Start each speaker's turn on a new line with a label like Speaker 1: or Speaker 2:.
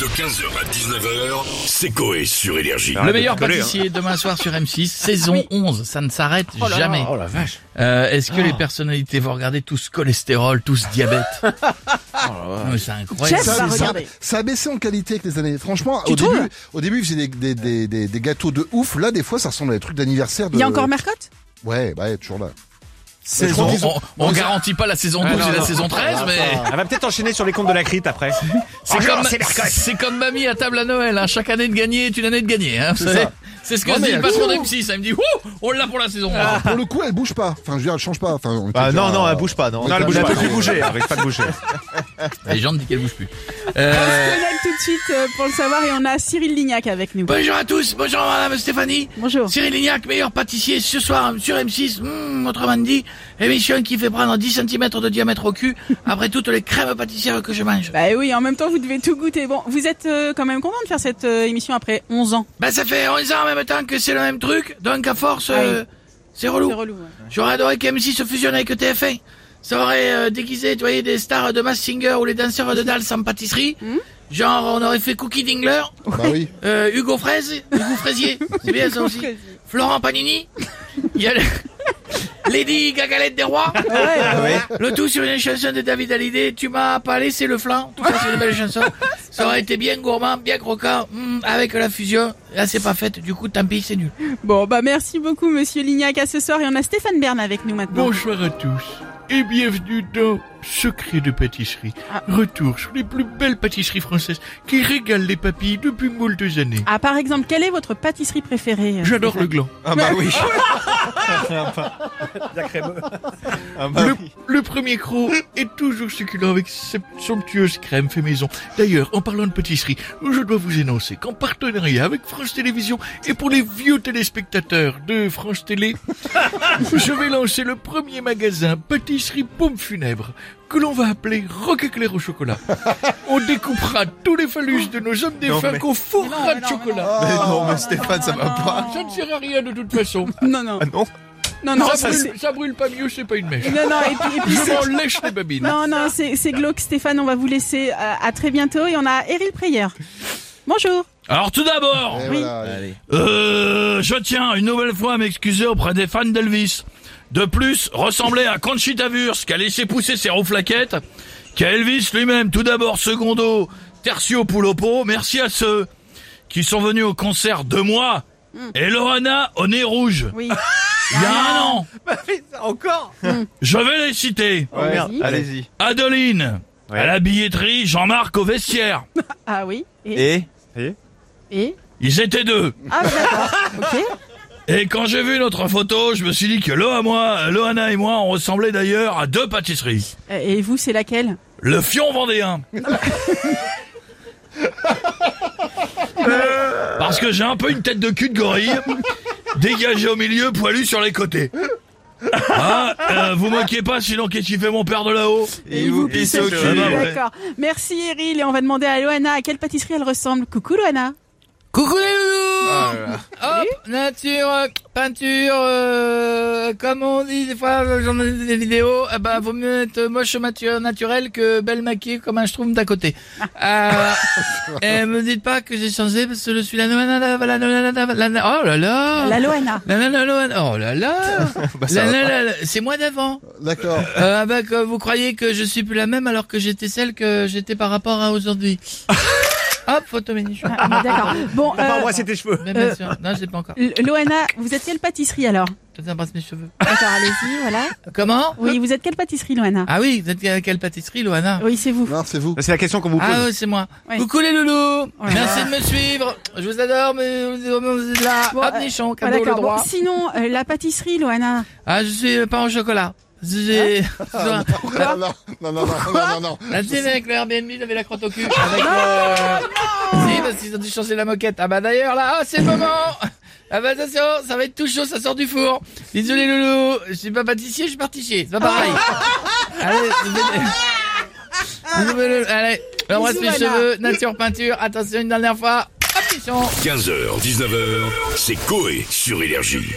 Speaker 1: De 15h à 19h, c'est Coé sur Énergie.
Speaker 2: Le meilleur pâtissier demain soir sur M6, saison 11, ça ne s'arrête jamais.
Speaker 3: Oh la vache.
Speaker 2: Euh, Est-ce que les personnalités vont regarder tous cholestérol, tous diabète Non, mais C'est incroyable.
Speaker 4: Jeff,
Speaker 5: Ça,
Speaker 4: va
Speaker 5: mais ça-
Speaker 4: regarder.
Speaker 5: ça a baissé en qualité avec les années. Franchement, au
Speaker 4: trouves
Speaker 5: début, au début, ils faisaient des, des, des, des, des gâteaux de ouf. Là, des fois, ça ressemble à des trucs d'anniversaire. De...
Speaker 4: Il y a encore Mercotte
Speaker 5: Ouais, bah, ouais, toujours là.
Speaker 2: On,
Speaker 5: Saison-
Speaker 2: on- on
Speaker 5: Saison-
Speaker 2: garantit pas la saison 12 et la saison 13, mais
Speaker 3: Elle va peut-être enchaîner sur les comptes de la crite après.
Speaker 2: c'est
Speaker 3: Bonjour,
Speaker 2: comme,
Speaker 3: c'est Mercotte.
Speaker 2: c'est comme mamie à table à Noël. hein. Chaque année de gagner est une année de gagner. Hein, vous
Speaker 5: C'est
Speaker 2: savez.
Speaker 5: ça.
Speaker 2: c'est ce que
Speaker 5: Non,
Speaker 2: se
Speaker 5: mais
Speaker 2: dit le
Speaker 5: elle
Speaker 2: patron
Speaker 5: joue.
Speaker 2: d'M6. Ça me dit, Ouh, on l'a pour la saison 11.
Speaker 5: Ah, Pour le coup, elle bouge pas. Enfin, je veux dire, elle change pas. Enfin, on était
Speaker 6: Bah
Speaker 5: déjà-
Speaker 6: non, non, elle bouge pas, non.
Speaker 3: Non, elle bouge
Speaker 5: Elle
Speaker 3: pas.
Speaker 5: peut
Speaker 3: Elle
Speaker 5: plus
Speaker 3: plus bouger, hein, elle arrête pas de bouger.
Speaker 2: La légende dit qu'elle bouge plus. Euh,
Speaker 4: Connect tout de suite euh, pour le savoir et on a Cyril Lignac avec nous.
Speaker 2: bonjour à tous. Bonjour madame Stéphanie.
Speaker 4: Bonjour.
Speaker 2: Bah, Cyril Lignac, meilleur pâtissier ce soir sur M6, Hmm, autrement dit, émission qui fait prendre 10 cm de diamètre au cul après toutes les crèmes pâtissières que je mange.
Speaker 4: Bah oui, en même temps, vous devez tout goûter. Bon, vous êtes euh, quand même content de faire cette euh, émission après 11 ans.
Speaker 2: Bah ça fait 11 ans en même temps que c'est le même truc, donc à force, euh, c'est relou.
Speaker 4: Ah C'est relou. ouais.
Speaker 2: J'aurais adoré que M6 se fusionne avec TF1. Ça aurait euh, déguisé, tu voyais, des stars de Mass Singer ou les danseurs de Dals en pâtisserie.
Speaker 4: Hmm.
Speaker 2: Genre, on aurait fait Cookie Dingler,
Speaker 5: Bah oui.
Speaker 2: euh, Hugo Fraise, Hugo Fraisier, c'est bien ça aussi.
Speaker 4: Fraisier.
Speaker 2: Florent Panini, il y a le- Lady Gagalette des Rois. Le tout sur une chanson de David Hallyday. Tu m'as pas laissé le flanc. Tout ça, c'est une belle chanson. Ça aurait été bien gourmand, bien croquant. Hmm, avec la fusion, là, c'est pas faite. Du coup, tant pis, c'est nul.
Speaker 4: Bon, bah merci beaucoup, monsieur Lignac, à ce soir. Et on a Stéphane Bern avec nous maintenant.
Speaker 7: Bonsoir à tous et bienvenue dans Secret de pâtisserie.
Speaker 4: Ah.
Speaker 7: Retour sur les plus belles pâtisseries françaises qui régalent les papilles depuis moult années.
Speaker 4: Ah, par exemple, quelle est votre pâtisserie préférée euh,
Speaker 7: J'adore le
Speaker 4: Stéphane
Speaker 7: gland.
Speaker 6: Ah bah oui.
Speaker 3: Bien crémeux.
Speaker 6: Ah bah
Speaker 7: Le,
Speaker 6: oui.
Speaker 7: le premier croc est toujours succulent avec cette somptueuse crème fait maison. D'ailleurs, en parlant de pâtisserie, je dois vous énoncer qu'en partenariat avec France Télévisions et pour les vieux téléspectateurs de France Télé, je vais lancer le premier magasin pâtisserie pompe funèbre que l'on va appeler Rock Éclair au chocolat. On découpera tous les phallus de nos hommes défunts
Speaker 6: mais-
Speaker 7: qu'on
Speaker 4: Mais
Speaker 7: fourrera de
Speaker 4: non, mais non, mais
Speaker 7: chocolat. Ah.
Speaker 6: Mais non, mais Stéphane, ça va pas.
Speaker 7: Ça ne sert à rien de toute façon.
Speaker 4: Non, non,
Speaker 6: Ah non.
Speaker 4: non, non,
Speaker 7: ça,
Speaker 4: c'est-
Speaker 7: brûle, ça brûle pas mieux, c'est pas une mèche.
Speaker 4: non, non, et puis, et
Speaker 7: Je
Speaker 4: puis c'est-
Speaker 7: m'en lèche les babines.
Speaker 4: non, non, c'est c'est glauque, Stéphane. On va vous laisser euh, à très bientôt. Et on a Eril Preyer. Bonjour.
Speaker 2: Alors, tout
Speaker 7: Eh
Speaker 2: d'abord,
Speaker 5: Et
Speaker 4: Ah Oui.
Speaker 5: Eh, voilà,
Speaker 2: Euh, je tiens une nouvelle fois à m'excuser auprès des fans d'Elvis. De plus, ressembler à Conchita Wurst qui a laissé pousser ses rouflaquettes, qu'à Elvis lui-même, tout d'abord, secondo, tertio pulopo, merci à ceux qui sont venus au concert de moi et Lorana au nez rouge,
Speaker 4: Oui.
Speaker 2: il y a un an. Hmm.
Speaker 3: Encore
Speaker 2: Je vais les citer.
Speaker 6: Ouais,
Speaker 4: Vas-y.
Speaker 6: merde, Allez-y.
Speaker 2: Adeline,
Speaker 6: Ouais.
Speaker 2: à la billetterie, Jean-Marc au vestiaire.
Speaker 4: Ah oui. Et.
Speaker 6: Et
Speaker 4: et...
Speaker 2: Ils étaient deux.
Speaker 4: Ah, d'accord. Ok.
Speaker 2: Et quand j'ai vu notre photo, je me suis dit que Lo à moi, Loana et moi, on ressemblait d'ailleurs à deux pâtisseries.
Speaker 4: Euh, Et vous, c'est laquelle
Speaker 2: Le fion vendéen. Euh, Parce que j'ai un peu une tête de cul de gorille, dégagée au milieu, poilue sur les côtés. Ah, euh, vous moquez pas, sinon qu'est-ce qu'il fait mon père de là-haut
Speaker 6: Il vous pisse au
Speaker 2: cul.
Speaker 6: cul.
Speaker 2: ouais.
Speaker 4: D'accord. Merci, Eril. Et on va demander à Loana à quelle pâtisserie elle ressemble. Coucou, Loana.
Speaker 2: Coucou les loulous
Speaker 6: Ah là là.
Speaker 2: Hop, nature, euh, peinture, euh, comme on dit des fois euh, j'en ai des vidéos, eh ben, vaut mieux être moche matu- naturel que belle maquillée comme un schtroumpf d'à côté.
Speaker 6: Ah.
Speaker 2: Euh, et me dites pas que j'ai changé parce que je suis la nana, la la la la la la- oh là
Speaker 4: La
Speaker 2: là
Speaker 4: Loana.
Speaker 2: la la la la- oh là là
Speaker 6: Bah, ça
Speaker 2: La-
Speaker 6: va
Speaker 2: la-
Speaker 6: pas.
Speaker 2: la- la- c'est moi d'avant.
Speaker 5: D'accord.
Speaker 2: Euh, ah bah, que vous croyez que je suis plus la même alors que j'étais celle que j'étais par rapport à aujourd'hui. Hop, photo miniature.
Speaker 4: Ah, mais d'accord. Bon, euh,
Speaker 3: Enfin, moi, c'est tes cheveux.
Speaker 2: Mais bien sûr, non, je l'ai pas encore.
Speaker 4: L- Loana, vous êtes quelle pâtisserie alors
Speaker 2: Je t'embrasse mes cheveux.
Speaker 4: D'accord, allez-y, voilà.
Speaker 2: Comment
Speaker 4: Oui, vous êtes quelle pâtisserie, Loana
Speaker 2: Ah oui, vous êtes à quelle pâtisserie, Loana
Speaker 4: Oui, c'est vous.
Speaker 5: Non, c'est vous.
Speaker 6: Ça, C'est la question qu'on vous
Speaker 2: Ah
Speaker 6: pose.
Speaker 2: oui, c'est moi.
Speaker 4: Ouais. Oh
Speaker 2: Coucou les loulous
Speaker 4: là là.
Speaker 2: Merci de me suivre Je vous adore, mais vous êtes là
Speaker 4: Bon,
Speaker 2: Hop,
Speaker 4: euh,
Speaker 2: nichon,
Speaker 4: Ah,
Speaker 2: cadeau le
Speaker 4: d'accord.
Speaker 2: droit
Speaker 4: Bon, sinon, euh, la pâtisserie, Loana.
Speaker 2: Ah, je suis euh, pain au chocolat j'ai...
Speaker 4: Hein
Speaker 5: Ah, non, non, non, non, non, non, non, non.
Speaker 2: La scène avec le Airbnb, j'avais la crotte au cul.
Speaker 4: Ah,
Speaker 2: Avec le... Si, parce qu'ils ont dû changer la moquette. Ah bah d'ailleurs, là, ah, c'est le moment Ah bah attention, ça va être tout chaud, ça sort du four. Désolé Loulou, je suis pas pâtissier, je suis partichier. C'est pas pareil.
Speaker 4: Ah.
Speaker 2: Allez, vous faites- vous faites le- allez, on embrasse mes
Speaker 4: Bisous, Anna.
Speaker 2: cheveux, nature, peinture. Attention, une dernière fois. Hop, ils sont...
Speaker 1: 15h, 19h, c'est Coé sur Énergie.